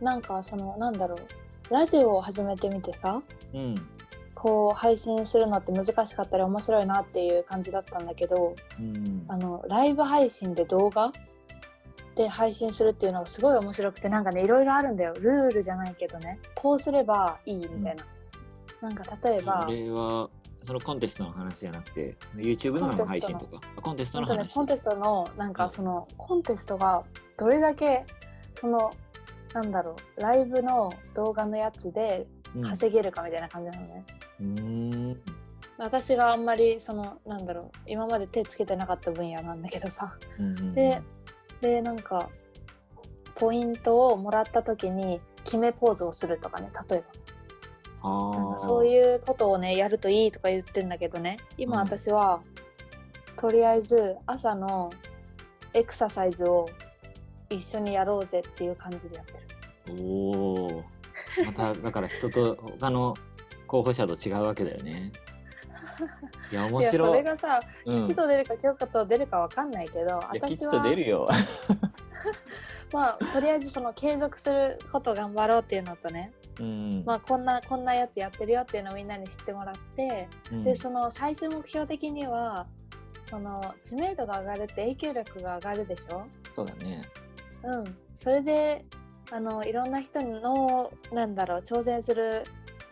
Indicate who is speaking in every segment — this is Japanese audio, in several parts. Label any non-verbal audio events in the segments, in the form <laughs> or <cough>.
Speaker 1: なんかそのなんだろうラジオを始めてみてさ
Speaker 2: うん
Speaker 1: こう配信するのって難しかったり面白いなっていう感じだったんだけど
Speaker 2: うん
Speaker 1: あのライブ配信で動画で配信するっていうのがすごい面白くてなんかねいろいろあるんだよルールじゃないけどねこうすればいいみたいな、なんか例えば
Speaker 2: それはそのコンテストの話じゃなくて YouTube の生配信とかあコンテスト
Speaker 1: 本
Speaker 2: の
Speaker 1: 当ね
Speaker 2: 話
Speaker 1: コンテストのなんかそのコンテストがどれだけそのなんだろうライブの動画のやつで
Speaker 2: うん
Speaker 1: 稼げるかみたいな感じなのね、
Speaker 2: うーん
Speaker 1: 私があんまりそのなんだろう今まで手つけてなかった分野なんだけどさ <laughs>
Speaker 2: うん
Speaker 1: ででなんかポイントをもらった時に決めポーズをするとかね例えばなん
Speaker 2: あ
Speaker 1: かそう
Speaker 2: う
Speaker 1: いうことをねやるといいとか言ってんだけどね今
Speaker 2: うん
Speaker 1: 私は、とりあえず朝のエクササイズを一緒にやろうぜっていう感じでやってる
Speaker 2: おおまただから人と他の候補者と違うわけだよ
Speaker 1: <laughs>
Speaker 2: ねいや面
Speaker 1: いやそ
Speaker 2: 白
Speaker 1: れがさ
Speaker 2: うん
Speaker 1: 吉と出るか京香と出るかわかんないけど、
Speaker 2: いやきっ
Speaker 1: 私
Speaker 2: と
Speaker 1: は
Speaker 2: 出るよ
Speaker 1: まあとりあえずその継続すること頑張ろうっていうのとね、
Speaker 2: うん
Speaker 1: まあ、こんなこんなやつやってるよっていうのをみんなに知ってもらって、
Speaker 2: うん
Speaker 1: でその最終目標的にはその知名度が上がるって影響力が上がるでしょ
Speaker 2: そうだね
Speaker 1: うん、それであのいろんな人のなんだろう挑戦する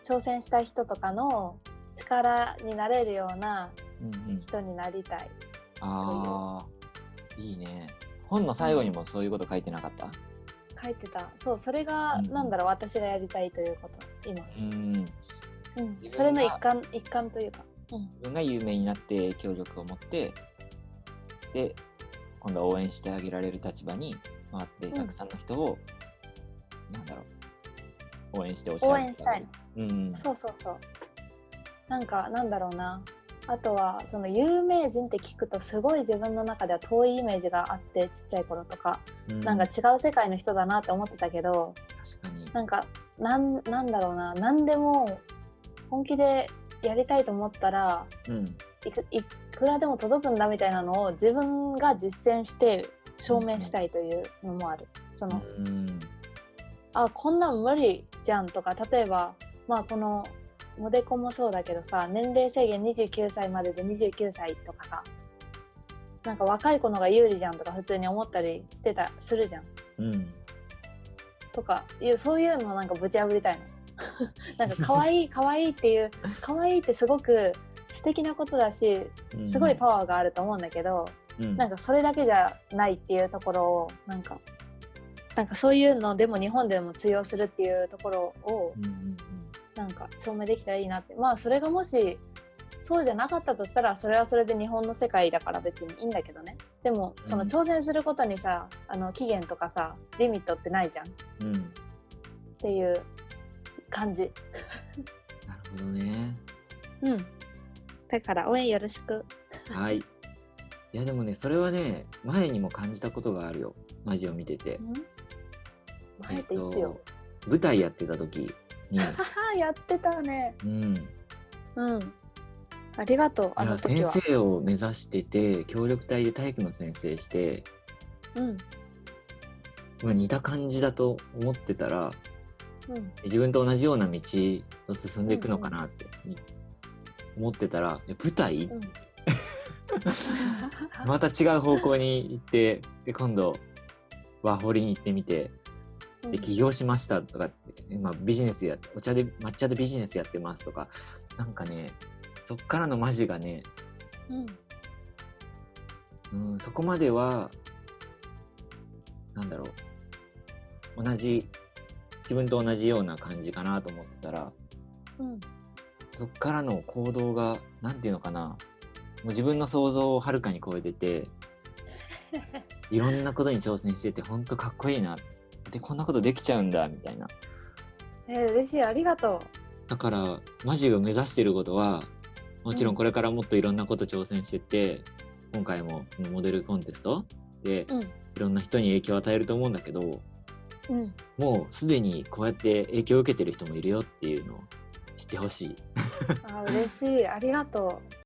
Speaker 1: 挑戦したい人とかの力になれるような
Speaker 2: うんうん
Speaker 1: 人になりたい。
Speaker 2: ああいいね本の最後にもそういうこと書いてなかった
Speaker 1: 書いてたそうそれが、
Speaker 2: うん
Speaker 1: なんだろう私がやりたいということ今、
Speaker 2: うん自
Speaker 1: うん、それの一環一環というか、
Speaker 2: 分が有名になって影響力を持ってで今度は応援してあげられる立場に回って
Speaker 1: ん
Speaker 2: たくさんの人を、なんだろう応援してほし
Speaker 1: 応援したい
Speaker 2: うん
Speaker 1: そうそうそうなんかなんだろうなあとはその有名人って聞くとすごい自分の中では遠いイメージがあってちっちゃい頃とか、
Speaker 2: うん
Speaker 1: なんか
Speaker 2: 確
Speaker 1: 違う世界の人だなって思ってたけど、
Speaker 2: かに
Speaker 1: なんかなんなんだろうな何でも本気でやりたいと思ったら
Speaker 2: うん
Speaker 1: いくいくらでも届くんだみたいなのを自分が実践して証明したいというのもある。その
Speaker 2: うん
Speaker 1: あこんなん無理じゃんとか例えばまあこのモデコもそうだけどさ年齢制限29歳までで29歳とかさなんか若い子の方が有利じゃんとか普通に思ったりしてたするじゃん
Speaker 2: うん
Speaker 1: とかいうそういうのをなんかぶち破りたいの。 <laughs> なんか可
Speaker 2: <laughs>
Speaker 1: 愛い可愛いっていう可愛いってすごく素敵なことだし
Speaker 2: うん
Speaker 1: すごいパワーがあると思うんだけど、
Speaker 2: うん
Speaker 1: なんかそれだけじゃないっていうところをなんかなんかそういうのでも日本でも通用するっていうところを
Speaker 2: うんうん
Speaker 1: なんか証明できたらいいなってまあそれがもしそうじゃなかったとしたらそれはそれで日本の世界だから別にいいんだけどねでもその
Speaker 2: うん
Speaker 1: 挑戦することにさ、あの期限とかさリミットってないじゃんっ
Speaker 2: うんうん
Speaker 1: ていう感じ
Speaker 2: なるほどね
Speaker 1: うん。だから応援よろしく。
Speaker 2: はい。いやでもね、それはね、前にも感じたことがあるよ。マジを見てて。
Speaker 1: 前っていつよ。
Speaker 2: 舞台やってた時
Speaker 1: <laughs>
Speaker 2: に、
Speaker 1: 母やってたね。
Speaker 2: うん、い
Speaker 1: うん。ありがとう、あの
Speaker 2: や
Speaker 1: 時
Speaker 2: 先
Speaker 1: は。
Speaker 2: 生を目指してて、協力隊で体育の先生して、
Speaker 1: うん。
Speaker 2: まあ、似た感じだと思ってたら、
Speaker 1: <laughs> うん。
Speaker 2: 自分と同じような道を進んでいくのかなって思ってたら、え舞台
Speaker 1: うん。
Speaker 2: また違う方向に行って、で今度、ワーホリに行ってみて、で起業しましたとかって今ビジネスやお茶で抹茶でビジネスやってますとかなんかねそっからのマジがね、
Speaker 1: うん。
Speaker 2: うん、そこまではなんだろう同じ自分と同じような感じかなと思ってたら
Speaker 1: うん。
Speaker 2: そっからの行動がなんていうのかなもう自分の想像をはるかに超えてていろんなことに挑戦しててほんとかっこいいなでこんなことできちゃうんだみたいな
Speaker 1: えー、嬉しい、ありがと
Speaker 2: だからマジが目指してることはもちろんこれからもっといろんなこと挑戦してって、今回もこのモデルコンテストで
Speaker 1: う。
Speaker 2: いろんな人に影響を与えると思うんだけど
Speaker 1: うん。うん。
Speaker 2: もうすでにこうやって影響を受けてる人もいるよっていうのを知ってほしい。
Speaker 1: あー、嬉しい、ありがと